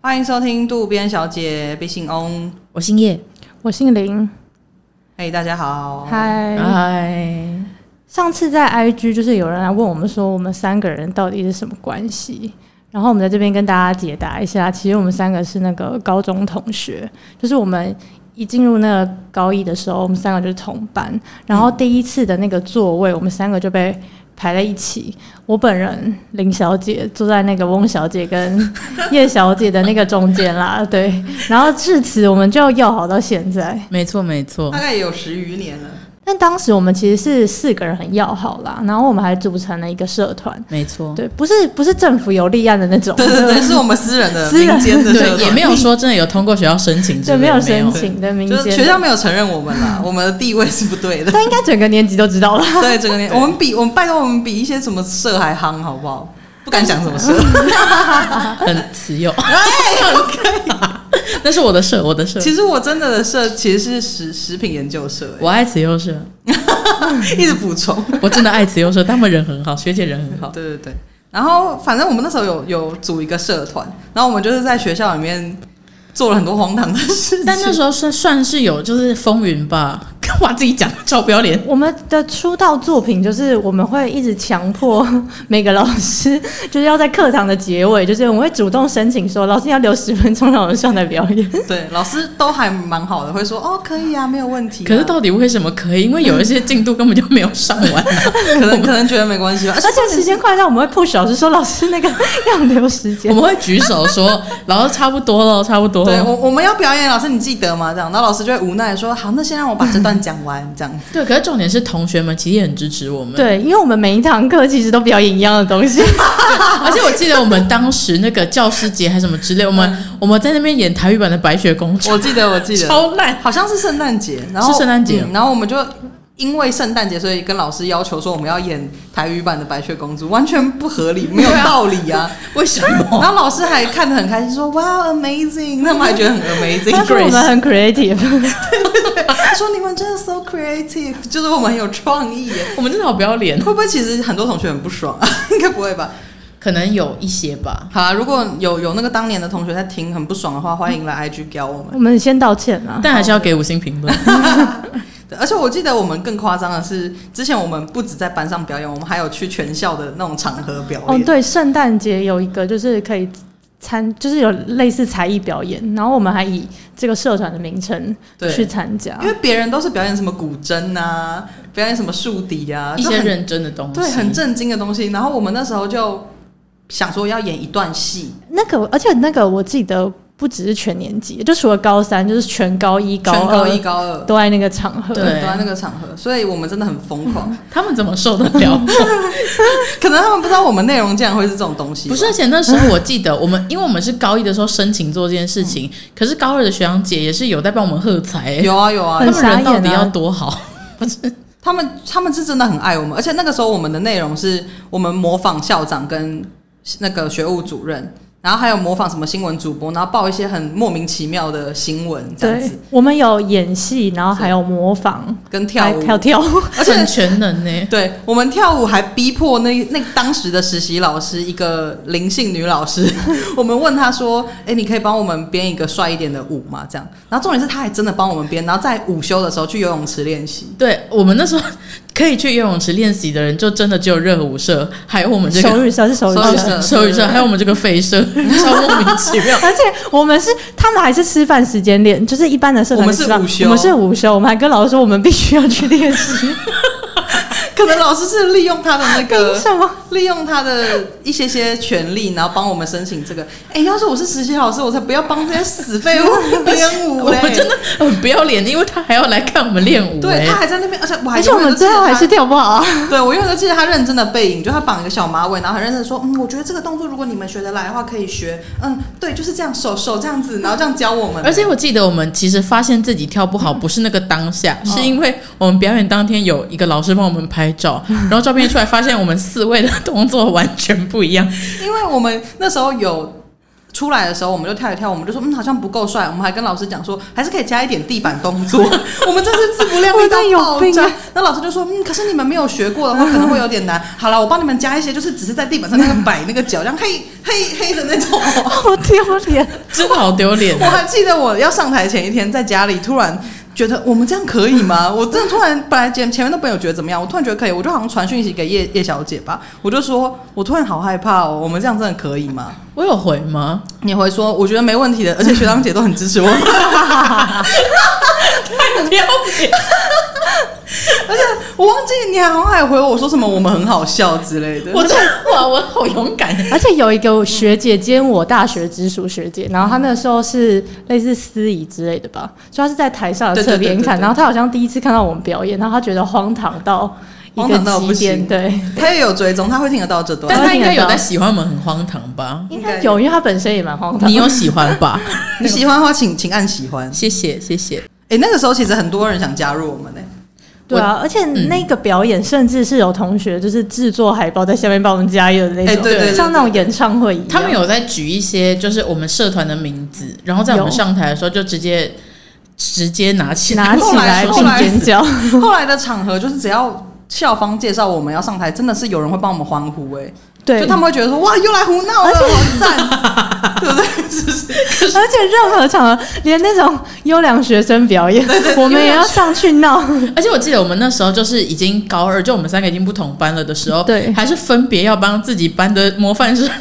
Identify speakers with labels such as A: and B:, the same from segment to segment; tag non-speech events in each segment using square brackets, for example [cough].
A: 欢迎收听渡边小姐被信翁。
B: 我姓叶，
C: 我姓林，
A: 嘿、哎大家好。
C: 嗨、
B: 哎，
C: 上次在 IG 就是有人来问我们说，我们三个人到底是什么关系？然后我们在这边跟大家解答一下，其实我们三个是那个高中同学，就是我们一进入那个高一的时候，我们三个就是同班，然后第一次的那个座位，我们三个就被排在一起。我本人林小姐坐在那个翁小姐跟叶小姐的那个中间啦，对。然后至此我们就要好到现在。
B: 没错没错
C: 啊
A: 大，概也有十余年了，
C: 但当时我们其实是四个人很要好啦，然后我们还组成了一个社团，
B: 没错，
C: 对，不是不是政府有立案的那种，
A: 对对对，是我们 [laughs] 私人的、
C: 私人
A: 民间的社团，
B: 对，也没有说真的有通过学校申请之
C: 对，
B: 类的，
C: 没
B: 没
C: 有申，请的民
A: 就是
C: 间，
A: 学校没有承认我们啦，我们的地位是不对的。
C: 但应该整个年级都知道了。
A: 对，整个年我们比我们拜托我们比一些什么社还夯，好不好？不敢讲什么社，
B: 很慈
C: [laughs]
B: 幼。
C: 哎
B: [laughs] 那是我的社，我的社，
A: 其实我真的的社其实是食食品研究社、
B: 我爱慈幼社，
A: 欸一直补充。
B: 我真的爱慈幼社，他们人很好，学姐人很好，
A: 对对对。然后反正我们那时候有有组一个社团，然后我们就是在学校里面做了很多荒唐的事情。
B: 但那时候算算是有就是风云吧， [laughs] 哇，自己讲超不要脸，
C: 我们的出道作品就是我们会一直强迫每个老师，就是要在课堂的结尾，就是我们会主动申请说，老师你要留十分钟让我们上台表演。
A: [laughs] 对，老师都还蛮好的，会说哦，可以啊，没有问题啊、
B: 可是到底为什么可以？因为有一些进度根本就没有上
C: [laughs]
B: 完啊、
A: 可能可能觉得没关系吧，而且
C: 而且时间快到，我们会 push 老师说，老师那个要留时间
B: 我。们会举手说，老师差不多了，差不多
A: 对我
B: 了。
A: 我们要表演，老师你记得吗？这样，然后老师就会无奈说，好，那先让我把这段讲完，这样子。
B: 对，可是重点是同学们其实也很支持我们，
C: 对，因为我们每一堂课其实都表演一样的东西。
B: [laughs] 而且我记得我们当时那个教师节还什么之类，我们、我们在那边演台语版的《白雪公主
A: 嗯我记得我记》，得，
B: 超烂。
A: 好像是圣诞节，然后
B: 是圣诞节
A: 嗯然后我们就。因为圣诞节，所以跟老师要求说我们要演台语版的《白雪公主》，完全不合理，没有道理啊！
B: 为什
A: 然
B: 么？
A: 后老师还看得很开心，说哇 amazing，他们还觉得很
C: [laughs]
A: amazing。
C: 但是我们
A: Grace
C: 很 creative，
A: 说你们真的 so creative，就是我们很有创意啊耶。
B: [laughs] 我们真的好不要脸，
A: 会不会其实很多同学很不爽 [laughs] 啊？应该不会吧？
B: 可能有一些吧。
A: 好啊，如果有有那个当年的同学在听很不爽的话，欢
B: 嗯
A: 迎来 IG 教我们。
C: 我们先道歉啊。
B: 但还是要给五星评论。
A: 对而且我记得我们更夸张的是，之前我们不止在班上表演，我们还有去全校的那种场合表
C: 哦
A: 演。，
C: 对，圣诞节有一个就是可以参，就是有类似才艺表演，然后我们还以这个社团的名称
A: [laughs] 对
C: 去参加
A: 因。为别人都是表演什么古筝啊，表演什么竖笛啊，
B: 一
A: 就
B: 些
A: 很
B: 认真的东西，
A: 对很震惊的东西。然后我们那时候就想说要演一段戏，
C: 那个，而且那个我记得不只是全年级，就除了高三，就是全高一、
A: 全
C: 二
A: 高一高二。
C: 都在那个场合。
B: 对
A: 对，都在那个场合，所以我们真的很疯狂。 [laughs]
B: 他们怎么受得了？
A: 可能他们不知道我们内容竟然会是这种东西吧，
B: 不是，而且那时候我记得我们，因为我们是高一的时候申请做这件事情，可是高二的学长姐也是有在帮我们喝彩、欸，
A: 嗯有啊有啊，
B: 他
C: 很
B: 们人到底
C: 傻眼啊
B: 要多好？
A: 他们他们是真的很爱我们，而且那个时候我们的内容是我们模仿校长跟那个学务主任，然后还有模仿什么新闻主播，然后报一些很莫名其妙的新闻这样
C: 对
A: 子，，
C: 我们有演戏，然后还有模仿，
A: 跟跳
C: 还
A: 舞
C: 还。
A: [laughs]
C: 有跳舞。
A: 而且
B: [laughs] 很全能呢、欸
A: 对我们跳舞还逼迫那那当时的实习老师，一个灵性女老师， [laughs] 我们问她说：“哎、你可以帮我们编一个帅一点的舞吗？”这样，然后重点是她还真的帮我们编，然后在午休的时候去游泳池练习。
B: 对我们那时候 [laughs] 可以去游泳池练习的人，就真的只有热舞社，还有我们这个
C: 手语社是手语
A: 手语
B: [laughs]
C: 社
A: 社，
B: 手语
A: 对对对
B: 社，还有我们这个废 [laughs] 社，超莫名其妙。
C: 而且我们是，他们还是吃饭时间练，就是一般的社团
A: 我们是
C: 吃饭
A: 午休
C: 我们是午休，我们还跟老师说我们必须要去练习。
A: 可能老师是利用她的那个
C: [laughs] 凭什么？
A: 利用他的一些些权利，然后帮我们申请这个。哎、要是我是实习老师，我才不要帮这些死废
C: [laughs]
A: 物编舞
B: 我
A: 嘞！
B: 们真的很不要脸，因为他还要来看我们练舞、
A: 对
B: 欸
A: 他还在那边，而且我还
C: 而且我
A: 永远都记
C: 们最
A: 得
C: 后还
A: 他
C: 是跳不好
A: [laughs]
C: 啊！
A: 对我永远都记得他认真的背影，就他绑一个小马尾，然后很认真的说：“嗯，我觉得这个动作如果你们学得来的话，可以学。嗯，对，就是这样，手手这样子，然后这样教我们。”
B: 而且我记得我们其实发现自己跳不好，不是那个当下，
A: 哦
B: 是因为我们表演当天有一个老师帮我们拍照，然后照片一 [laughs] 出来，发现我们四位的动作完全不一样。
A: 因为我们那时候有出来的时候，我们就跳一跳，我们就说嗯，好像不够帅，我们还跟老师讲说，还是可以加一点地板动作。 [laughs] 我们真是自不量力到
C: 我真的有
A: 爆
C: 病
A: 炸
C: 啊。
A: 那老师就说，嗯，可是你们没有学过的话，可能会有点难。好了，我帮你们加一些，就是只是在地板上那个摆那个脚，这样嘿嘿嘿的那种。 [laughs]
C: 好丢脸，
B: 真的好丢脸
A: 我。还记得我要上台前一天，在家里突然觉得我们这样可以吗？我真的突然本来前前面都没有觉得怎么样，我突然觉得可以，我就好像传讯息给叶叶小姐吧，我就说我突然好害怕哦，我们这样真的可以吗？
B: [laughs] 我有回吗？
A: 你会说我觉得没问题的，而且学长姐都很支持我， [laughs]
B: 太丢脸！
A: 我忘记你还好像还回我说什么我们很好笑之类的，
B: 我真的 [laughs] 哇，我好勇敢。
C: 而且有一个学姐兼我大学直属学姐，然后她那时候是类似司仪之类的吧，所以她是在台上的
A: 对对
C: 侧
A: 对
C: 边
A: 对
C: 看，
A: 对
C: 然后她好像第一次看到我们表演，然后她觉得荒唐到一
A: 荒
C: 个
A: 唐到不
C: 极点，
A: 行
C: 对，
A: 他也有追踪，他会听得到这
C: [laughs]
B: 但
A: 段。
B: 他应该有在喜欢我们，很荒唐吧？
A: 应
C: 应
A: 该
C: 该有，因为她本身也蛮荒唐
B: 你。有喜欢吧？
A: 你喜欢的话，请请按喜欢。
B: [laughs] 谢谢，谢谢。
A: 哎、那个时候其实很多人想加入我们呢、
C: 对啊，而且
A: 嗯
C: 那个表演甚至是有同学就是制作海报在下面帮我们加油的那种，
A: 哎对对对
C: 像那种演唱会一样。
B: 他们有在举一些就是我们社团的名字，然后在我们
C: 有
B: 上台的时候就直接直接拿起来
C: 拿起来
A: 后
C: 并
A: 来
C: 尖叫，
A: 后来的场合就是只要校方介绍我们要上台，真的是有人会帮我们欢呼哎、
C: 对，
A: 就他们会觉得说哇又来胡
C: [laughs]
A: 闹了，好赞，对不对？是不是？
C: 而且任何场合，连那种优良学生表演，我们也要上去 [laughs] 闹。
B: 而且我记得我们那时候就是已经高二，就我们三个已经不同班了的时候，
C: 对
B: 还是分别要帮自己班的模范生 [laughs]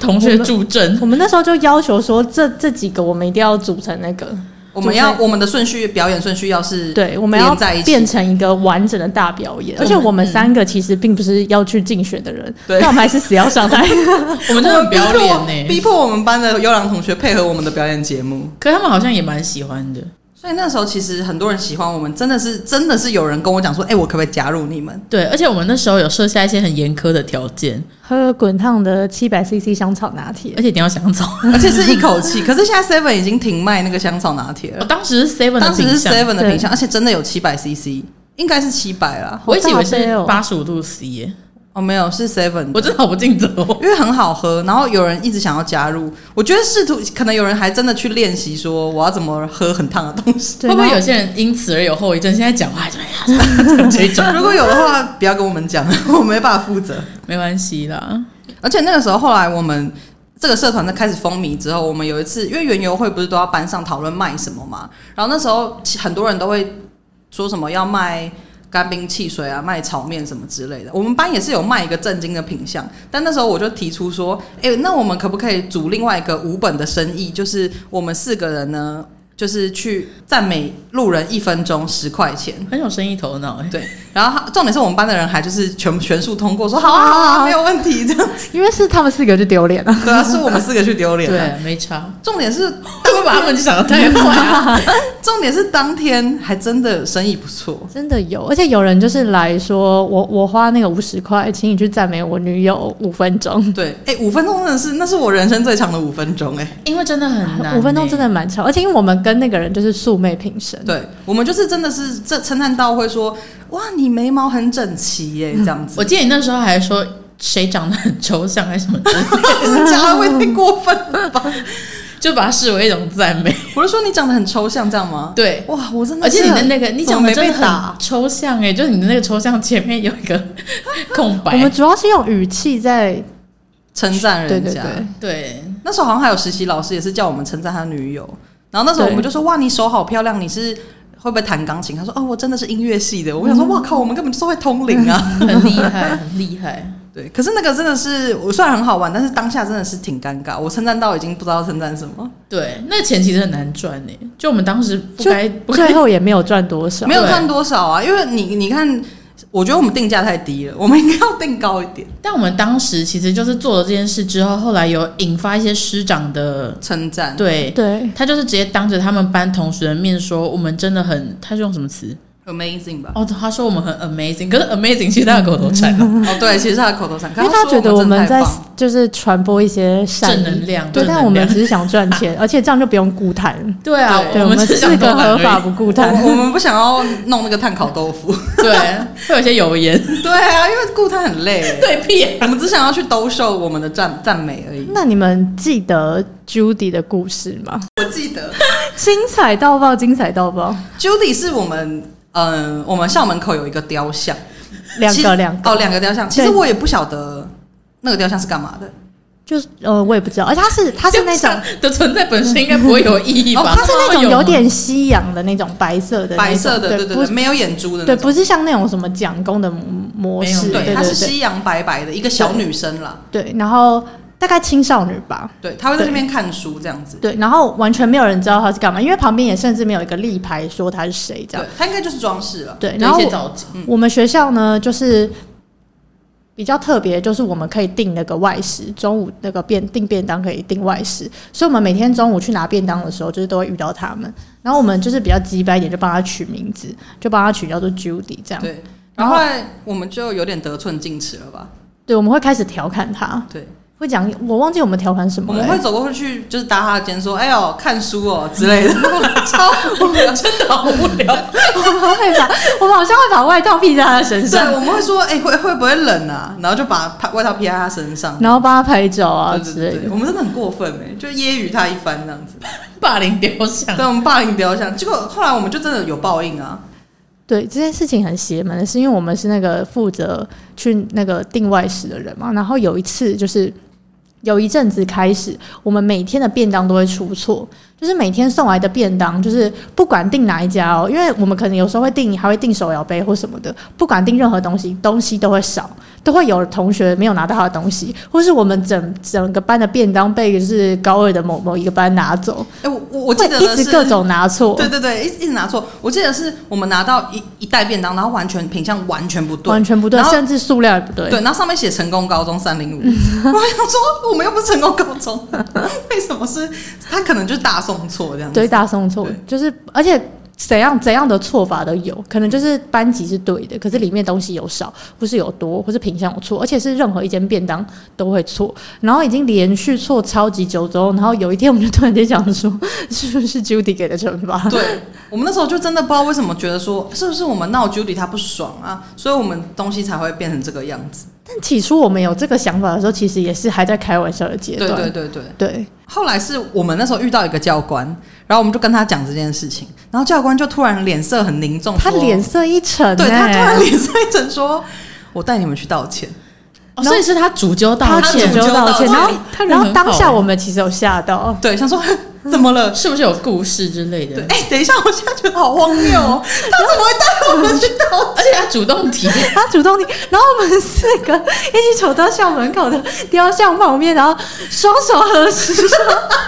B: 同学助 [laughs] 阵。
C: 我们那时候就要求说，这这几个我们一定要组成那个，
A: 我们要我们的顺序表演顺序要是
C: 对，我们要
A: 连在一起
C: 变成一嗯个完整的大表演。而且我们三个其实并不是要去竞选的人，
A: 对
C: 但我们还是死要上 [laughs] 台。
B: 我们真的很不要
C: 啊
B: 脸呢、
A: 逼迫我们班的优良同学配合我们的表演节目。
B: 可他们好像也蛮喜欢的。
A: 所以那时候其实很多人喜欢我们，真的是真的是有人跟我讲说，哎、我可不可以加入你们？
B: 对，而且我们那时候有设下一些很严苛的条件，
C: 喝滚烫的七百 CC 香草拿铁
B: 而，且一定要想 [laughs] 走。
A: 而且是一口气。可是现在 Seven 已经停卖那个香草拿铁
B: 我
A: 了，
B: 当时是 Seven 的
A: 当时
B: 品
A: 是
B: 相，
A: 7-Eleven 的
C: 对
A: 品相，而且真的有七百 CC，应该是七百啦。
B: 我一直以为
C: 好大杯
B: 是
C: 哦
B: 八十五度 C 耶、
A: 哦，没有，是 Seven
B: 我真的好不尽责哦。
A: 因为很好喝，然后有人一直想要加入，我觉得试图可能有人还真的去练习说我要怎么喝很烫的东
C: [laughs]
A: 西。
C: 对
B: 会不会
C: 然后
B: 有些人因此而有后遗症？现在讲话就哎这种，
A: 如果有的话，不要跟我们讲，我没办法负责。
B: 没关系啦。
A: 而且那个时候，后来我们这个社团在开始风靡之后，我们有一次，因为园游会不是都要班上讨论卖什么嘛，然后那时候其很多人都会说什么哎要卖干冰汽水啊，卖炒面什么之类的。我们班也是有卖一个正经的品相，但那时候我就提出说，哎、那我们可不可以组另外一个五本的生意，就是我们四个人呢，就是去赞美路人一分钟十块钱。
B: 很有生意头脑哎、
A: 对，然后他重点是我们班的人还就是全全数通过，说好啊好啊，没有问题这 [laughs] 样子。
C: 因为是他们四个就丢脸了。
A: [laughs] 对啊，是我们四个去丢脸。，啊
B: 对，没差。
A: 重点是
B: 会不会把他们想的太坏、啊？
A: 重点是当天还真的生意不错，
C: 真的有，而且有人就是来说，我我花那个五十块，请你去赞美我女友五分钟。
A: 对，哎、五分钟真的是那是我人生最长的五分钟、哎，
B: 因为真的很难、欸
C: 五分钟真的蛮长，而且因为我们跟那个人就是素昧平生，
B: 嗯
A: 对我们就是真的是这称赞到会说哇，你眉毛很整齐耶、这样
B: 嗯我
A: 子，
B: 记得你那时候还说谁长得很抽象还是什么之类的，
A: 哦真的假
B: [laughs]
A: 的会太过分了吧？
B: 就把它视为一种赞
C: [laughs]
B: 美。
A: 我就说你长得很抽象，这样吗？
B: 对，
A: 哇，我真的
B: 而
A: 是
B: 且
A: 很，
B: 你
C: 啊
B: 的那个你
A: 怎
B: 长
A: 么
B: 得
A: 没
B: 真
A: 被
B: 的
A: 打
B: 很，抽象哎、就是你的那个抽象前面有一个 [laughs] 空
C: 我们
B: 白。
C: 主要是用语气在，
A: 称赞
C: 对
A: 人
C: 对
A: 家。
C: 对，
B: 对，
A: 那时候好像还有实习老师也是叫我们称赞他女友，然后那时候
C: 对
A: 我们就说哇，你手好漂亮，你是会不会弹钢琴？他说哦，我真的是音乐系的。我
B: 嗯
A: 想说哇靠，我们根本就是会通灵啊。
B: 很厉害，很厉害。
A: 对，可是那个真的是我虽然很好玩，但是当下真的是挺尴尬，我称赞到已经不知道称赞什么，
B: 对，那钱其实很难赚哎、就我们当时不
C: 就
B: 该不该
C: 最后也没有赚多少
A: 没。有赚多少啊，因为你你看。我觉得我们定价太低了，我们应该要定高一点，
B: 但我们当时其实就是做了这件事之后，后来有引发一些师长的
A: 称赞。
B: 对，
C: 对，
B: 他就是直接当着他们班同学的面说，我们真的很，他是用什么词？
A: amazing 吧？
B: 哦，他说我们很 amazing，可是 amazing 其实他的口头禅
C: 嗯
B: 啊、
A: 哦，对，其实他的口头禅，可
C: 因为他
A: 说
C: 觉得我
A: 真的太
C: 们在
A: 棒
C: 就是传播一些善
B: 正
C: 意
B: 能量，
C: 对，
B: 正
C: 但
B: 能
C: 我们
B: 量
C: 只是想赚钱，而且这样就不用顾谈。
B: 对啊，
A: 对
C: 对，我
B: 们
C: 们
B: 只是
C: 四
B: 想
C: 个
B: 偷懒
C: 合法
B: 而已
C: 不顾谈。
A: 我我们不想要弄那个碳烤豆腐。 [laughs]
B: 对，会有一些油
C: [laughs]
B: 盐，
A: 对啊，因为顾他很累。，
B: 对屁，啊
A: 我们只想要去兜售我们的赞赞美而已。
C: 那你们记得 Judy 的故事吗？
A: 我记得
C: 精彩到爆，精彩到爆，
A: Judy 是我们，嗯、我们校门口有一个雕像，
C: 两
A: 其实
C: 个两个，
A: 哦，两个雕像。其实
C: 对
A: 我也不晓得那个雕像是干嘛的。
C: 就是呃，我也不知道，而且它是它是那种，
B: 的存在本身应该不会有意义吧？
C: 它哦是那种
B: 吗
C: 有点夕阳的那种白色的那种，
A: 白色的，对
C: 对
A: 对
C: 不
A: 对，没有眼珠的那
C: 对，
A: 种。
C: 不是像那种什么蒋公的模模式，
B: 没有
C: 对
A: 对，
C: 对
A: 她是
C: 对
A: 夕阳白白的一个小女生啦。
C: 对，然后大概青少女吧，
A: 对，她会在那边看书这样子。
C: 对，然后完全没有人知道他是干嘛，因为旁边也甚至没有一个立牌说他是谁这样
A: 对。，她应该就是装饰了。
C: 对，
B: 有
C: 然后
B: 一些
C: 我
B: 造景，
A: 嗯
C: 我们学校呢，就是比较特别，就是我们可以订那个外食，中午那个便订便当可以订外食，所以我们每天中午去拿便当的时候，就是都会遇到他们。然后我们就是比较鸡掰一点，就帮他取名字，就帮他取叫做 Judy 这样。
A: 对，然
C: 然
A: 后
C: 后
A: 后来我们就有点得寸进尺了吧？
C: 对，我们会开始调侃他，
A: 对，
C: 会讲我忘记我们调侃什
A: 我
C: 么了、
A: 们会走过去就是搭她的肩说：“哎呦，看书哦之类
C: [laughs]
A: 的。”超无聊
B: 真的好无聊。
C: [laughs] 我们会把我们好像会把外套披在他的身上
A: 对，，我们会说：“哎，会会不会冷啊？”然后就把外套披在她身上。
C: 然后帮他拍照 [laughs] 啊
A: 对
C: 之
A: 对
C: 类
A: 对
C: 的
A: 对，。我们真的很过分哎、就揶揄她一番这样子，
B: 霸凌
A: [laughs]
B: 雕像，
A: 对我们霸凌雕像，结果后来我们就真的有报应啊，
C: 对这件事情很邪门的是，因为我们是那个负责去那个订外食的人嘛，然后有一次就是。有一阵子开始，我们每天的便当都会出错，就是每天送来的便当，就是不管订哪一家哦，因为我们可能有时候会订，还会订手摇杯或什么的，不管订任何东西，东西都会少，都会有同学没有拿到他的东西，或是我们整整个班的便当被就是高二的某某一个班拿走，
A: 哎、我我我记
C: 会
A: 得
C: 一
A: 的
C: 直各
A: 是。
C: 种拿错，
A: 对对对，一一直拿错。我记得是我们拿到一一袋便当，然后完全品相完全不对，
C: 完全不对，
A: 然后
C: 甚至数量也不对。
A: 对，然后上面写成功高中三零五， [laughs] 我还想说我们又不是成功高中， [laughs] 为什么是他可能就是大送错这样子？
C: 对，大送错
A: 对
C: 就是，而且怎样怎样的错法都有，可能就是班级是对的，可是里面东西有少，或是有多，或是品相有错，而且是任何一间便当都会错，然后已经连续错超级久之后，然后有一天我们就突然间想说， [laughs] 是不是 Judy 给的惩罚？
A: 对，我们那时候就真的不知道为什么觉得说是不是我们闹 Judy 他不爽啊，所以我们东西才会变成这个样子。
C: 但起初我们有这个想法的时候，其实也是还在开玩笑的阶
A: 对
C: 段，
A: 对对对。
C: 对
A: 后来是我们那时候遇到一个教官，然后我们就跟他讲这件事情，然后教官就突然脸色很凝重说，
C: 他脸色一沉、欸，
A: 对他突然脸色一沉说：“我带你们去道歉。”
B: 哦所以是他主揪道
C: 他
A: 主
B: 歉
C: 请，求
A: 揪
C: 道
A: 道
C: 歉，
A: 歉
C: 然后
B: 他人
C: 然
B: 很
C: 后
B: 好
C: 当下
B: 欸
C: 我们其实有吓到，
A: 对，想说 [laughs]
C: 嗯
A: 哎怎么了？
B: 是不是有故事之类
A: 对，
B: 的？
A: 哎、等一下，我现在觉得好荒谬
C: [laughs]
A: 哦！他怎么会带我们去道
B: 而且他主动提，
C: 他主动你，然后我们四个一起走到校门口的雕像旁边，然后双手合十说：“ [laughs]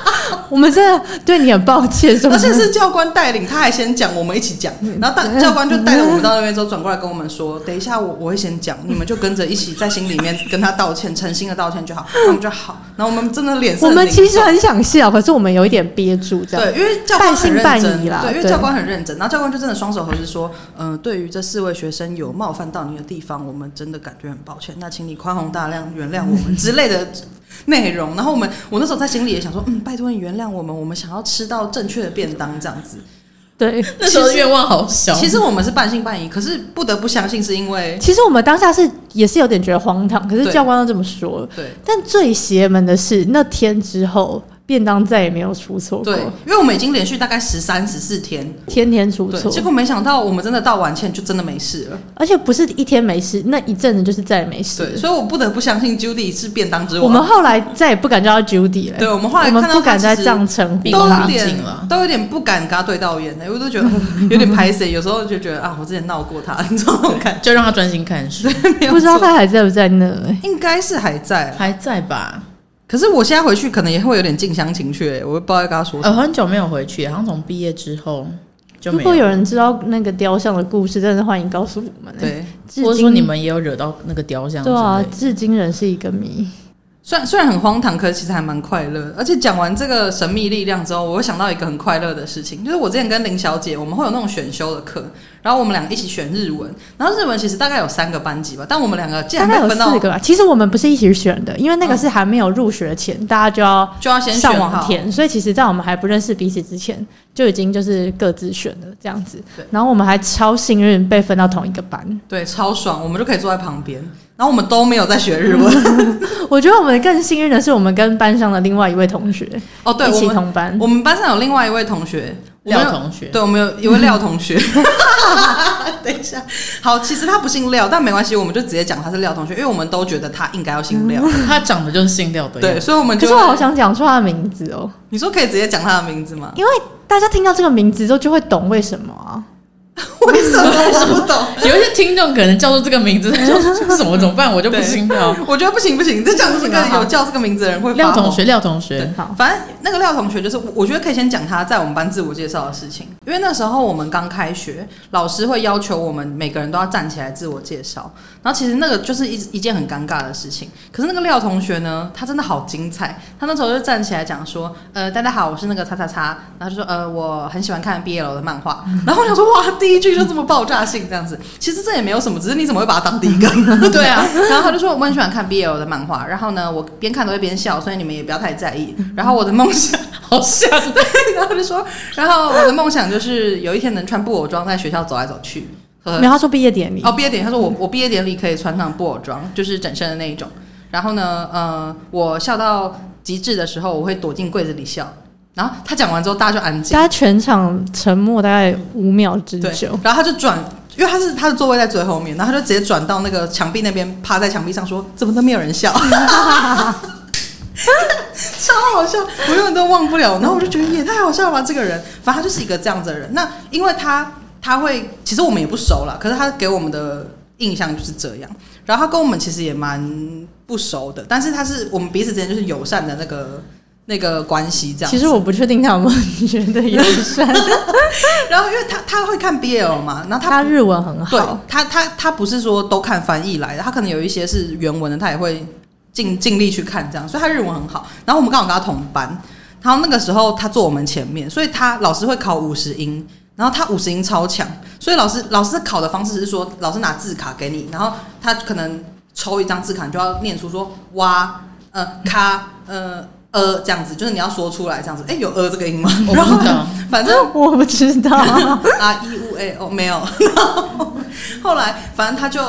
C: 我们真的 [laughs] 对嗯你很抱歉。”什么
A: 而
C: 的？
A: 且是教官带领，他还先讲，我们一起讲。然后大教官就带着我们到那边之后，转过来跟我们说：“等一下我，我会先讲，你们就跟着一起在心里面跟他道歉，诚心的道歉就好。”我们就好。然后我们真的脸色
C: 我
A: 很凝重，
C: 们其实很想笑，可是我们有一点憋住，这样
A: 对，因为教官很认
C: 半信
A: 真，
C: 半疑啦
A: 对，因为
C: 对
A: 教官很认真。然后教官就真的双手合十说：“嗯、对于这四位学生有冒犯到你的地方，我们真的感觉很抱歉。那请你宽宏大量，原谅我们之类
C: [laughs]
A: 的。”内容，然后我们，我那时候在心里也想说，嗯，拜托你原谅我们，我们想要吃到正确的便当这样子。
C: 对。
B: 那时候愿望好小。
A: 其实我们是半信半疑，可是不得不相信，是因为
C: 其实我们当下是也是有点觉得荒唐，可是
A: 对
C: 教官都这么说了。
A: 对
C: 但最邪门的是，那天之后便当再也没有出错过
A: 对，，因为我们已经连续大概十三十四天，
C: 天天出
A: 对，
C: 错
A: 结，果没想到我们真的道完歉就真的没事了。
C: 而且不是一天没事，那一阵子就是再也没事了
A: 对，。所以我不得不相信 Judy 是便当之
C: 我
A: 王
C: 们。后来再也不敢叫他 Judy 了。
A: 对我们后来看
C: 我们
A: 到
C: 不敢
A: 他
C: 再
A: 其
C: 这
A: 实
C: 样称呼
B: 逼
A: 都
B: 他
A: 有
C: 他。
B: 冷静
A: 点
B: 了
A: 都有点不敢跟他对到眼的、我都觉得 [laughs] 有点拍谁，有时候就觉得啊，我之前闹过他，你知道那种感
B: 就让他专心看书，
A: 觉，
C: 不知
A: 没有
C: 道
A: 错
C: 他还在不在那、欸。
A: 应该是还在啊，
B: 还在吧？
A: 可是我现在回去可能也会有点近乡情怯、我也不知道要跟他说什
B: 呃，
C: 哦
A: 么。
B: 很久没有回去，好像从毕业之后就
C: 如
B: 没
C: 果
B: 有。
C: 有人知道那个雕像的故事，真的欢迎告诉我们、欸。
A: 对，
C: 至今，
B: 或者说你们也有惹到那个雕像之
C: 对啊，
B: 类的，
C: 至今仍是一个谜。
A: 虽然虽然很荒唐，可是其实还蛮快乐的。而且讲完这个神秘力量之后，我又想到一个很快乐的事情，就是我之前跟林小姐，我们会有那种选修的课，然后我们俩一起选日文，然后日文其实大概有三个班级吧，但我们两个竟
C: 大
A: 然
C: 概
A: 被
C: 有
A: 分到
C: 四个吧。其实我们不是一起选的，因为那个是还没有入学前，大家就要
A: 就要先选
C: 上网
A: 好
C: 填，所以其实，在我们还不认识彼此之前，就已经就是各自选了这样子
A: 对。
C: 然后我们还超幸运被分到同一个班，
A: 对，超爽，我们就可以坐在旁边，然后我们都没有在学日文。
C: 我觉得我们更幸运的是，我们跟班上的另外一位同学
A: [laughs] 哦，对，
C: 一
A: 我
C: 起
A: 们
C: 同班。
A: 我们班上有另外一位同学，我们
B: 廖
A: 有
B: 同学，
A: 对，我们有一位廖同学。 [laughs] 等一下，好，其实他不姓廖，但没关系，我们就直接讲他是廖同学，因为我们都觉得他应该要姓廖。
C: 啊
B: 他长得就是姓廖的样
A: 对，
B: 子，
A: 所以我们
C: 可
A: 就是
C: 我好想讲出他的名字哦，
A: 你说可以直接讲他的名字吗？ [laughs]
C: 因为大家听到这个名字之后就会懂为什么啊。
A: 为什么我不懂？
B: 有一些听众可能叫出这个名
C: [laughs]
B: 字，他说这什么怎么办？我就不心跳。
A: 我觉得不行不行，这讲这个有叫这个名字的人会发
B: 廖同
A: 疯
B: 学，廖同学，
C: 好，
A: 反正那个廖同学就是，我我觉得可以先讲他在我们班自我介绍的事情，因为那时候我们刚开学，老师会要求我们每个人都要站起来自我介绍，然后其实那个就是一一件很尴尬的事情。可是那个廖同学呢，他真的好精彩，他那时候就站起来讲说，呃，大家好，我是那个叉叉叉，然后就说，呃，我很喜欢看 BL 的漫画，然后我想说，哇，第一句就这么爆炸性这样子，其实这也没有什么，只是你怎么会把它当第一个？ [laughs]
B: 对啊，
A: 然后他就说我很喜欢看 BL 的漫画，然后呢，我边看都会边笑，所以你们也不要太在意。然后我的梦想， [laughs]
B: 好像
A: 然后他就说，然后我的梦想就是有一天能穿布偶装在学校走来走去。和
C: 没有他说毕业典礼
A: 哦，毕业典礼，他说我我毕业典礼可以穿上布偶装，就是整身的那一种。然后呢，呃，我笑到极致的时候，我会躲进柜子里笑。然后他讲完之后，大家就安静。
C: 大家全场沉默大概五秒之
A: 对
C: 久，，
A: 然后他就转，因为他是他的座位在最后面，然后他就直接转到那个墙壁那边，趴在墙壁上说：“怎么都没有人笑？” [laughs] 超好笑，我永远都忘不了。然后我就觉得也太好笑了吧，这个人，反正他就是一个这样子的人。那因为他他会，其实我们也不熟了，可是他给我们的印象就是这样。然后他跟我们其实也蛮不熟的，但是他是我们彼此之间就是友善的那个那个关系这样子。
C: 其实我不确定他有没有觉得友善，
A: 然后因为他他会看 BL 嘛，然后他
C: 他日文很
A: 对
C: 好，
A: 他，他他不是说都看翻译来的，他可能有一些是原文的，他也会尽尽力去看这样，所以他日文很好。然后我们刚好跟他同班，然后那个时候他坐我们前面，所以他老师会考五十音，然后他五十音超强，所以老师老师考的方式是说，老师拿字卡给你，然后他可能抽一张字卡，你就要念出说哇呃咔呃呃这样子，就是你要说出来这样子。哎、有呃这个音吗？
B: 我
A: [laughs]
B: 不知道，
A: 反正
C: 我不
A: [laughs]
C: 知道，
A: 啊一 u a 哦没有，后来反正他就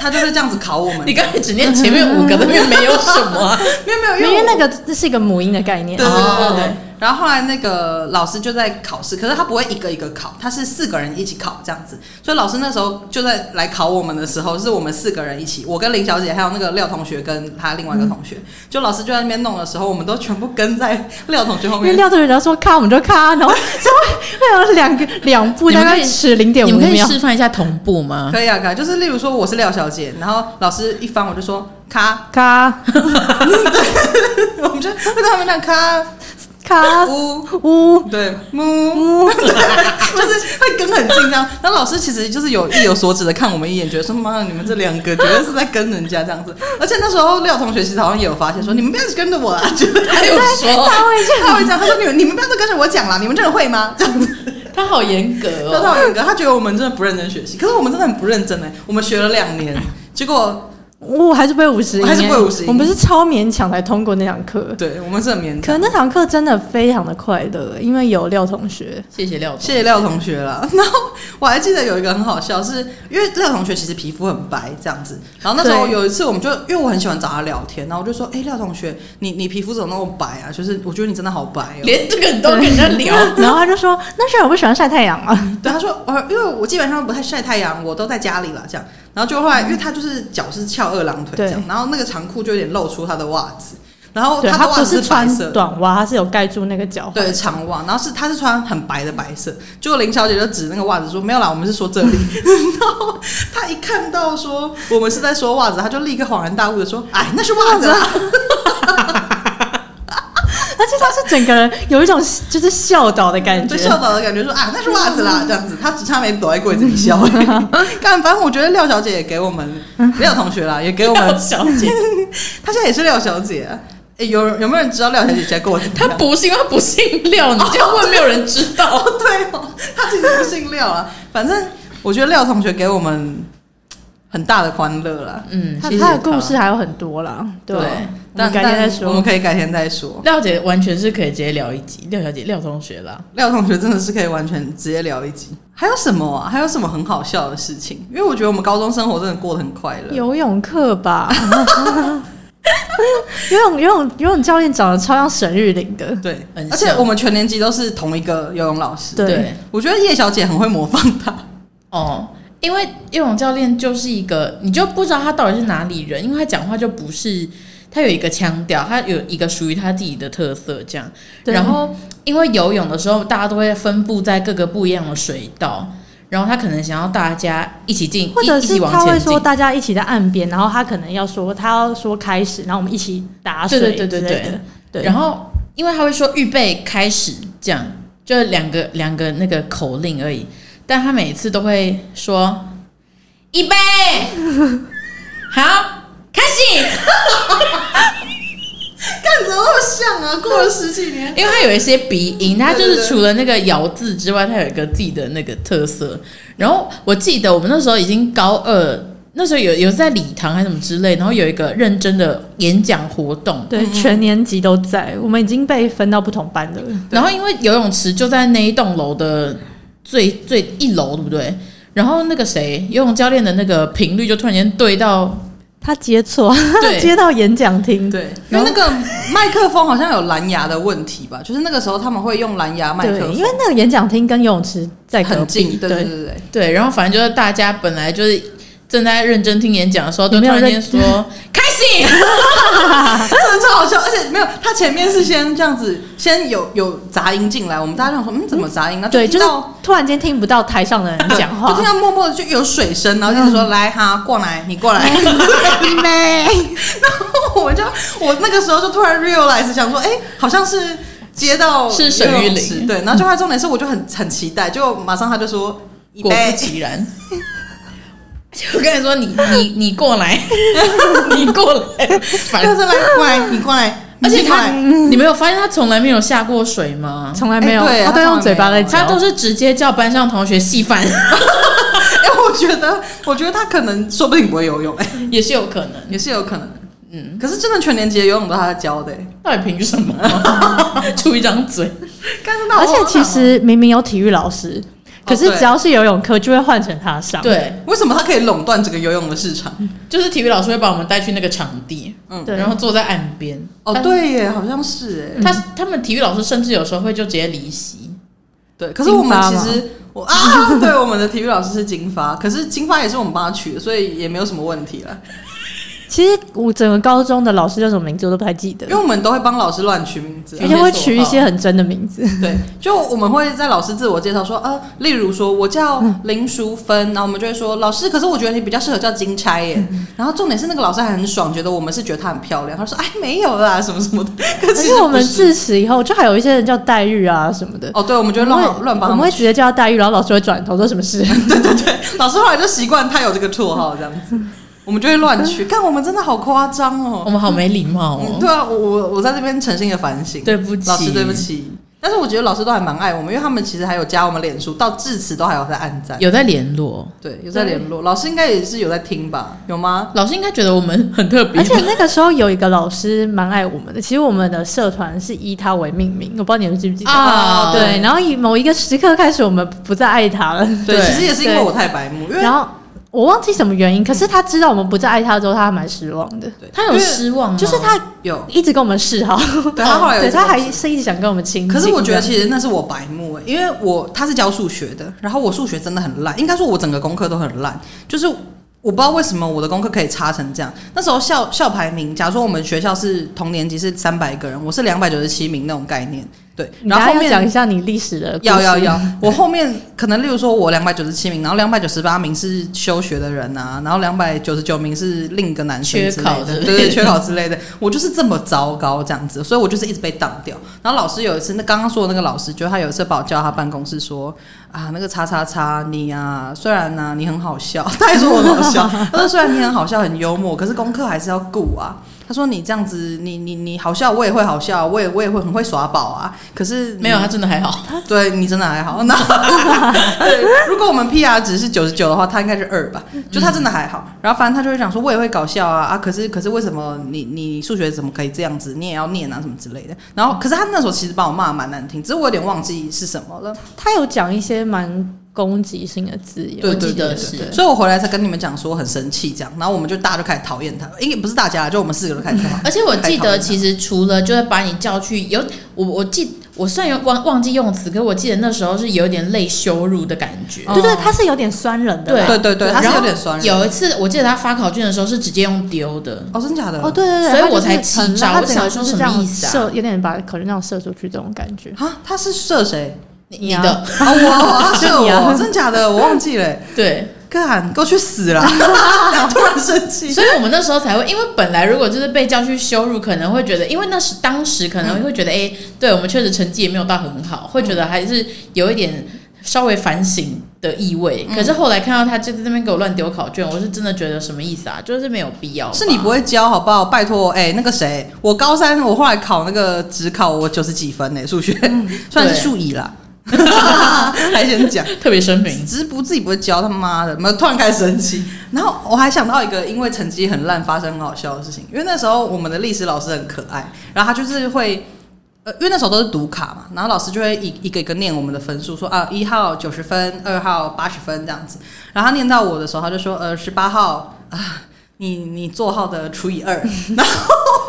A: 他就是这样子考我们，
B: 你刚才只念前面五个，那边没有什么
C: [laughs]
B: 啊。
A: 没有没有
C: 因
A: 因为
C: 为
A: 我
C: 那个这是一个母音的概念
A: 对对，对对
B: 哦
A: 对。然后后来那个老师就在考试，可是他不会一个一个考，他是四个人一起考这样子。所以老师那时候就在来考我们的时候，是我们四个人一起，我跟林小姐还有那个廖同学跟他另外一个同学，
C: 嗯
A: 就老师就在那边弄的时候，我们都全部跟在廖同学后
C: 因为
A: 面。
C: 廖同学只要说咔我们就咔，然后就会会有两个两步
B: 你
C: 大
B: 们可以
C: 概迟零点
B: 你
C: 五
B: 们可以
C: 秒，
B: 示范一下同步吗？
A: 可以啊，可以啊，就是例如说我是廖小姐，然后老师一翻我就说咔，
C: 咔
A: [laughs] 我们就会在后面这样咔
C: 啊
A: [laughs]
C: 咔
A: 呜。
C: 呜，
A: 对，木， [laughs] 就是会跟很近这样。然后老师其实就是有意有所指的看我们一眼，觉得说妈，你们这两个绝对是在跟人家这样子。而且那时候廖同学其实好像也有发现说，你们不要一直跟着我啊，就是
B: 他有说，
C: 他会这
A: 他
C: 样，
A: 会讲，他说你们你们不要都跟着我讲啦，你们真的会吗？这样子，
B: 他好严格
A: 廖
B: 哦。
A: 道严格，他觉得我们真的不认真学习，可是我们真的很不认真哎、我们学了两年，结果
C: 我还是被五十，
A: 还是被50音
C: 我们是超勉强才通过那堂课，
A: 对我们是很勉
C: 可
A: 强。
C: 能那堂课真的非常的快乐，因为有廖同学，
B: 谢谢廖同
A: 谢谢廖同学了， [laughs] 然后我还记得有一个很好笑，是因为廖同学其实皮肤很白这样子，然后那时候
C: 对
A: 有一次我们就因为我很喜欢找他聊天，然后我就说，哎、廖同学，你你皮肤怎么那么白啊？就是我觉得你真的好白哦、
B: 连这个你都跟人家聊，
C: [laughs] 然后他就说那是我不喜欢晒太阳啊，
A: 对，他说，呃，因为我基本上不太晒太阳，我都在家里了这样，然后就后来因为他就是脚是翘二郎腿这样
C: 对，
A: 然后那个长裤就有点露出他的袜子，然后
C: 对
A: 哦的
C: 他
A: 袜
C: 不
A: 子
C: 是
A: 是白
C: 穿
A: 色的。
C: 短袜，他是有盖住那个脚踝，
A: 对，长袜，然后是他是穿很白的白色，结果林小姐就指那个袜子说没有啦，我们是说这里。 [laughs] 然后他一看到说我们是在说袜子，
B: 啊
A: 他就立刻恍然大悟的说，哎，那是袜子啦。
C: 而且他是整个人有一种就是笑倒的感觉
A: 对。校长的感觉说啊，那是袜子
B: 嗯
A: 啦，这样子，他只差没躲在柜子里笑。 [laughs] 但反正我觉得廖小姐也给我们廖同学啦，也给我们，
B: 小姐，
A: 她现在也是廖小姐啊。诶有有没有人知道廖小姐现在过得怎么
B: 她
A: 样？
B: 不姓，她不姓廖，你这样问没有人知道。
A: 哦，对哦，她其实不姓廖啊。反正我觉得廖同学给我们很大的欢乐啦。
B: [laughs] 嗯，
C: 他
B: 谢谢
C: 他的故事还有很多啦，对，
B: 对
C: 嗯我们
A: 但
C: 改天再
A: 但
C: 说。
A: 我们可以改天再说。
B: 廖姐完全是可以直接聊一集，廖小姐、廖同学啦。
A: 廖同学真的是可以完全直接聊一集。还有什么啊？还有什么很好笑的事情？因为我觉得我们高中生活真的过得很快乐。
C: 游泳课吧。 [laughs] 游泳游泳游泳教练长得超像沈玉玲的，
A: 对
B: 很，像
A: 而且我们全年级都是同一个游泳老师。
C: 对
A: 我觉得叶小姐很会模仿他。
B: 哦，因为游泳教练就是一个，你就不知道他到底是哪里人，因为他讲话就不是，他有一个腔调，他有一个属于他自己的特色，这样。
C: 对
B: 然后，因为游泳的时候，大家都会分布在各个不一样的水道，然后他可能想要大家一起进，
C: 或者
B: 一一
C: 是
B: 起往
C: 他会
B: 前进
C: 说大家一起在岸边，然后他可能要说他要说开始，然后我们一起打水
B: 对
C: 之
B: 对
C: 类
B: 对
C: 的，
B: 对对
C: 对
B: 然后因为他会说预备开始，这样就两个两个那个口令而已，但他每次都会说预 [laughs] 备，好，开始。
A: 干怎么那么像啊？过了十几年，
B: 因为它有一些鼻音，它就
A: 对对
B: 是
A: 对
B: 除了那个咬字之外，它有一个自己的那个特色。然后我记得我们那时候已经高二，那时候有有在礼堂还是什么之类，然后有一个认真的演讲活动。
C: 对
A: 嗯
C: 全年级都在，我们已经被分到不同班了。
B: 然后因为游泳池就在那一栋楼的最最一楼，对不对？然后那个谁，游泳教练的那个频率就突然间对
C: [laughs]
B: 到
C: 他接 [laughs] 错，他
B: 对
C: 接到演讲厅，
A: 对， [laughs] 因
B: 然
A: 为
B: 后
A: 那个麦克风好像有蓝牙的问题吧？就是那个时候他们会用蓝牙麦
C: 对
A: 克，风，
C: 因为那个演讲厅跟游泳池在隔
A: 很
C: 壁，
A: 近。对对
C: 对，
A: 对对，
B: 对，然后反正就是大家本来就是正在认真听演讲的时候，就
C: 你
B: 突
C: 没有
B: 然间
C: 认
B: 说
C: [laughs]
B: 开始。
A: 真的超好笑。而且没有，他前面是先这样子，先有有杂音进来，我们大家想说，嗯，怎么杂音呢？
C: 对，就是
A: 听到
C: 突然间听不到台上的人讲
A: [laughs] 就听
C: 话，
A: 到默默的就有水声，
B: 嗯
A: 然后就是说、来哈，过来，你
B: [laughs]
A: 过来。
C: 没，
A: 我就我那个时候就突然 realize 想说，哎、好像是接到
B: 是沈玉
A: 游泳池
B: 玲
A: 对，然后就他重点是，我就很很期待，就马上他就说，预
B: 果不
A: 备，
B: 其然，我跟你说，你你你过
C: [laughs]
B: 来，你过来，反
A: 就是来过来，你过来，
B: [laughs] 而且
A: 你过
B: 他
A: 来，
B: 你没有发现他从来没有下过水吗？
C: 从来没有，
A: 哎对
C: 他都
A: 他从来没
C: 用
A: 有
C: 嘴巴在
B: 他
C: 讲，
B: 都是直接叫班上同学戏饭，
A: 哎、我觉得，我觉得他可能说不定不会游泳、哎，
B: [laughs] 也是有可能。
A: 也是有可能。嗯，可是真的全年级的游泳都他在教的、哎
B: 到底凭 [laughs] 什么出一张嘴？
A: 干真的好
C: 而
A: 荒
C: 且
A: 唐哦，
C: 其实明明有体育老师，可是
A: 对
C: 只要是游泳课就会换成他上。，
B: 对，
A: 为什么他可以垄断整个游泳的市场？
B: 就是体育老师会把我们带去那个场地，
A: 嗯
C: 对
B: 然后坐在岸边。
A: 哦，
B: 他，
A: 对耶，好像是哎、
B: 他他们体育老师甚至有时候会就直接离席。
A: 对，可是我
C: 金
A: 们
C: 发
A: 其
C: 吗
A: 实我啊， [laughs] 对，我们的体育老师是金发，可是金发也是我们帮他取的，所以也没有什么问题了，
C: 其实我整个高中的老师叫什么名字我都不太记得
A: 因为，我们都会帮老师乱取名字啊
C: 而。且会取一些很真的名字。
A: 对，就我们会在老师自我介绍说，呃，例如说我叫
C: 嗯
A: 林淑芬，然后我们就会说老师，可是我觉得你比较适合叫金钗耶。
C: 嗯
A: 然后重点是那个老师还很爽，觉得我们是觉得她很漂亮，他说哎没有啦什么什么的，可
C: 可
A: 是
C: 是我们自此以后，就还有一些人叫黛玉啊什么的，
A: 哦，对，我们就
C: 我
A: 会
C: 们
A: 乱
C: 会
A: 乱帮
C: 我
A: 他
C: 们会
A: 们
C: 直接叫她黛玉，然后老师会转头说什
A: [laughs]
C: 么事？
A: 老师后来就习惯他有这个绰号这样
B: [laughs]
A: 子，我们就会乱取。看我们真的好夸张哦
B: 我，们好没礼貌
A: 嗯，
B: 哦，
A: 对啊，我我我在这边诚心的反省，
B: 对不起，
A: 老师对不起。但是我觉得老师都还蛮爱我们，因为他们其实还有加我们脸书，到至此都还有在暗赞，
B: 有在联络。
A: 对，有在联络。老师应该也是有在听吧？有吗？
B: 老师应该觉得我们很特别
C: 而，且那个时候有一个老师蛮爱我们的，其实我们的社团是以他为命名，我不知道你们记
B: [laughs]
C: 不记得。
B: 啊
C: 对，然后以某一个时刻开始，我们不再爱他了。
A: 对，
B: 对
A: 其实也是因为
C: 对
A: 我太白目，因为
C: 然后我忘记什么原因，可是他知道我们不再爱他之后，他还蛮失望的。
A: 对嗯
B: 他有失望吗，哦
C: 就是他
A: 有，
C: 一直跟我们示好，
A: 对他后来有
C: [laughs] 对
A: 一次跟
C: 他
A: 我
C: 还
A: 们
C: 是一直想跟我们亲近。啊
A: 可是我觉得其实那是我白目、欸，因为我他是教数学的，然后我数学真的很烂，应该说我整个功课都很烂，就是我不知道为什么我的功课可以差成这样。那时候校校排名，假如说我们学校是同年级是三百个人，我是两百九十七名那种概念，对，
C: 你
A: 然
C: 等
A: 后
C: 下
A: 后
C: 要讲一
A: 面
C: 下你历史的故事
A: 要要要，我后面可能例如说我两百九十七名，然后两百九十八名是休学的人啊，然后两百九十九名是另一个男生
B: 缺
A: 之类
B: 考
A: 的
B: 之类的
A: 对对，缺考之类的，我就是这么糟糕这样子，所以我就是一直被挡掉。然后老师有一次，那刚刚说的那个老师，就他有一次把我叫到他办公室说啊，那个叉叉叉你啊，虽然呢、你很好笑， [laughs] 他还说我很好笑， [laughs] 他说虽然你很好笑很幽默，可是功课还是要顾啊。他说你这样子，你你你好笑，我也会好笑，我也我也会很会耍宝啊。可是你
B: 没有，他真的还好。
A: 对你真的还好。那对，如果我们 PR 值是九十九的话，他应该是二吧？就他真的还好。然后反正他就会讲说，我也会搞笑啊啊！可是可是为什么你你数学怎么可以这样子？你也要念啊什么之类的。然后可是他那时候其实把我骂得蛮难听，只是我有点忘记是什么了。
C: 他有讲一些蛮攻击性的字眼，
A: 对
C: 我
A: 对
C: 记
B: 对
C: 得
B: 对
C: 是。
A: 所以我回来才跟你们讲说很生气这样，然后我们就大家就开始讨厌他，应该不是大家，就我们四个都开始讨厌。
B: 而且我记得，
A: 实
B: 其实除了就是把你叫去有我，我记我虽然有忘忘记用词，可我记得那时候是有点类羞辱的感觉。
A: 哦
C: 对对，他是有点酸人的啦。
A: 对对对，他是
B: 然后
A: 有点酸人。
B: 有一次，我记得他发考卷的时候是直接用丢的，
A: 哦，真假的？
C: 哦，对对对，
B: 所以
C: 他就是
B: 我才气
C: 很
B: 炸我
C: 他整个
B: 想说
C: 就是
B: 什
C: 这
B: 么
C: 样
B: 意思啊
C: 射有点把可能这样射出去这种感
A: [laughs]
C: 觉。
A: 啊，他是射谁？
B: 你
C: 你啊
B: 的
A: 啊， [laughs] 我
C: 是
A: 射
C: 你啊
A: 我，真假的？我忘记了欸。 [laughs]
B: 对，
A: 干，给我去死 [laughs] 啦！突然生气，
B: 所以我们那时候才会，因为本来如果就是被叫去羞辱，可能会觉得，因为那时当时可能会觉
A: 嗯
B: 得，哎、对我们确实成绩也没有到很好，会觉得还是有一点稍微反省的意味。可
A: 嗯
B: 是后来看到他就在那边给我乱丢考卷，我是真的觉得什么意思啊？就是没有必要吧。
A: 是你不
B: 会
A: 会教好不好？拜托，哎、那个谁，我高三我后来考那个只考我九十几分呢、数学、 [laughs] 虽然是数乙 [laughs] 啦，还先讲。
B: 特别声明，
A: 只是不自己不会教他妈的，没有突然开始生气。然后我还想到一个，因为成绩很烂发生很好笑的事情，因为那时候我们的历史老师很可爱，然后他就是会。呃，因为那时候都是读卡嘛，然后老师就会一一个一个念我们的分数，说啊一号九十分，二号八十分这样子。然后他念到我的时候，他就说呃十八号啊，你你座号的除以二，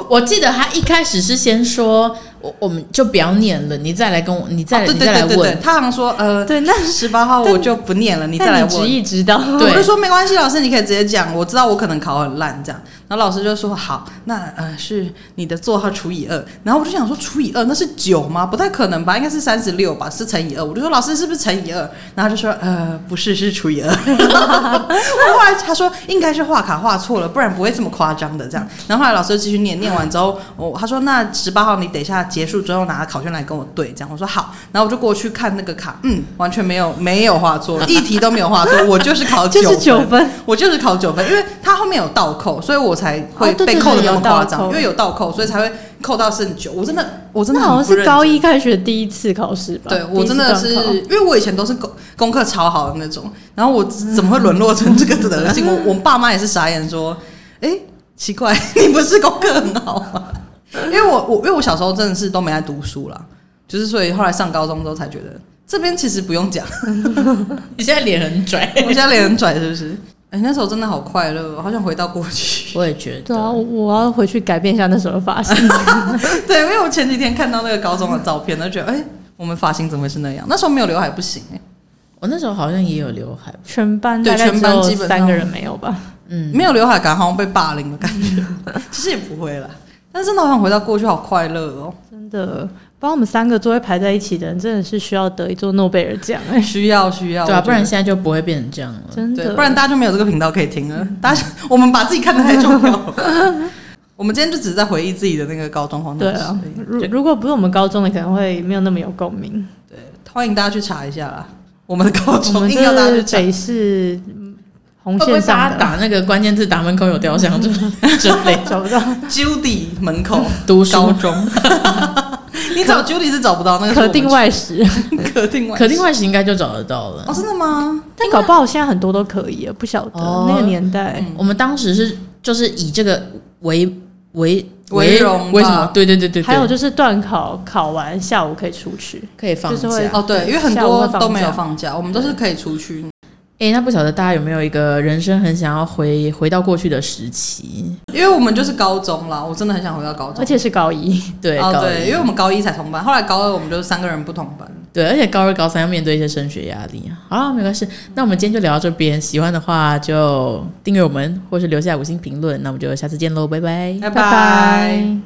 B: 我记得他一开始是先说，我我们就不要念了，你再来跟我，你再、
A: 啊对
B: 你
A: 对
B: 再来
A: 对对对
B: 问，。
A: 他好像说呃
C: 对，那
A: 十八号
C: 但
A: 我就不念了，你
C: 你
A: 再来问
C: 直。译直到
B: 对
A: 我就说没关系，老师你可以直接讲，我知道我可能考很烂这样。然后老师就说好，那呃是你的座号除以二。然后我就想说除以二那是九吗？不太可能吧，应该是三十六吧，是乘以二。我就说老师是不是乘以二？然后他就说呃不是，是除以二。 [laughs] 我后来他说应该是画卡画错了，不然不会这么夸张的这样。然后后来老师就继续念，念完之后，我、他说那十八号你等一下结束之后拿考卷来跟我对，这样我说好。然后我就过去看那个卡，嗯，完全没有没有画错，一题都没有画错，我就是考
C: [laughs] [laughs] 就
A: 九
C: 是九分，
A: 我就是考九分，因为他后面有倒扣，所以我才会
C: 哦对对
A: 被扣的
C: 对
A: 那么
C: 有倒
A: 夸张，
C: 扣
A: 因为有倒扣，所以才会扣到剩九。我真的，我真
C: 那
A: 的
C: 好像
A: 很不
C: 是
A: 认
C: 高
A: 真
C: 一开学第一次考试吧？
A: 对
C: 第一
A: 我
C: 次
A: 真的
C: 段
A: 是
C: 考，
A: 因为我以前都是功功课超好的那种，然后我怎么会沦落成这个德行？我我爸妈也是傻眼说，哎、奇怪， [laughs] 你不是功课很好吗？因为我我因为我小时候真的是都没在读书啦，就是所以后来上高中之后才觉得这边其实不用讲，
B: [laughs] 你现在脸很拽，
A: 我现在脸很拽，是不是？哎、那时候真的好快乐，哦我好想回到过去。
B: 我也觉得。
C: 对啊，我我要回去改变一下那时候
A: [laughs]
C: 的发型。
A: 对，因为我前几天看到那个高中的照片，就觉得哎、我们发型怎么会是那样？那时候没有刘海不行哎、
B: 我那时候好像也有刘海，
C: 全班
A: 对
C: 大概
A: 全班
C: 只有
A: 基本上
C: 三个人没有吧？
B: 嗯，
A: 没有刘海感好像被霸凌的感
B: [laughs]
A: 觉，其实也不会啦。但是真的好想回到过去，好快乐哦！
C: 真的，把我们三个座位排在一起的人，真的是需要得一座诺贝尔奖哎、
A: 需要需要，
B: 对啊，
A: 我觉得
B: 不然现在就不会变成这样了。
C: 真
A: 对，
C: 的，
A: 不然大家就没有这个频道可以听了。大家我们把自己看得太重要了。我们今天就只是在回忆自己的那个高中荒
C: 对
A: 唐事而
C: 啊
A: 已。，
C: 如如果不是我们高中的，可能会没有那么有共鸣。
A: 对，欢迎大家去查一下啦。我们的高
C: 我
A: 中
C: 们
A: 硬要大家去
C: 这是
A: 查，
C: 北市嗯红
B: 会不
C: 线
B: 会大
C: 上
B: 家
C: 的，
B: 打那个关键字打门口有雕像之之类？ [laughs]
C: 找不到，
A: Judy 门口
B: 读书
A: 高
B: [laughs]
A: 中， [laughs] 你找 Judy 是找不到那个是我
C: [laughs] 可
A: 们
C: 定外食。
A: 去 [laughs] 可定外
B: 可定外形应该就找得到了
A: 哦，。真的吗？
C: 但搞不好现在很多都可以啊了，不晓得、
B: 哦
C: 那个年代。
B: 我们当时是就是以这个为为
A: 为荣吧
B: 为什么？对对对对，对
C: 还有就是段考考完下午可以出去，
B: 可以放
C: 就是
B: 假
C: 会。
A: 哦，对，因为很
C: 下午
A: 多
C: 会放假
A: 都没有放假，我们都是可以出去。
B: 哎、那不晓得大家有没有一个人生很想要回回到过去的时期？
A: 因为我们就是高中啦，我真的很想回到高中。
C: 而且是高一，
B: 对，
A: 哦，
B: 高
A: 对，
B: 一
A: 因为我们高一才同班，后来高二我们就是三个人不同班。
B: 对，而且高二高三要面对一些升学压力啊。好啦，没关系，那我们今天就聊到这边。喜欢的话就订阅我们，或是留下五星评论。那我们就下次见喽，拜拜。
A: 拜
C: 拜拜。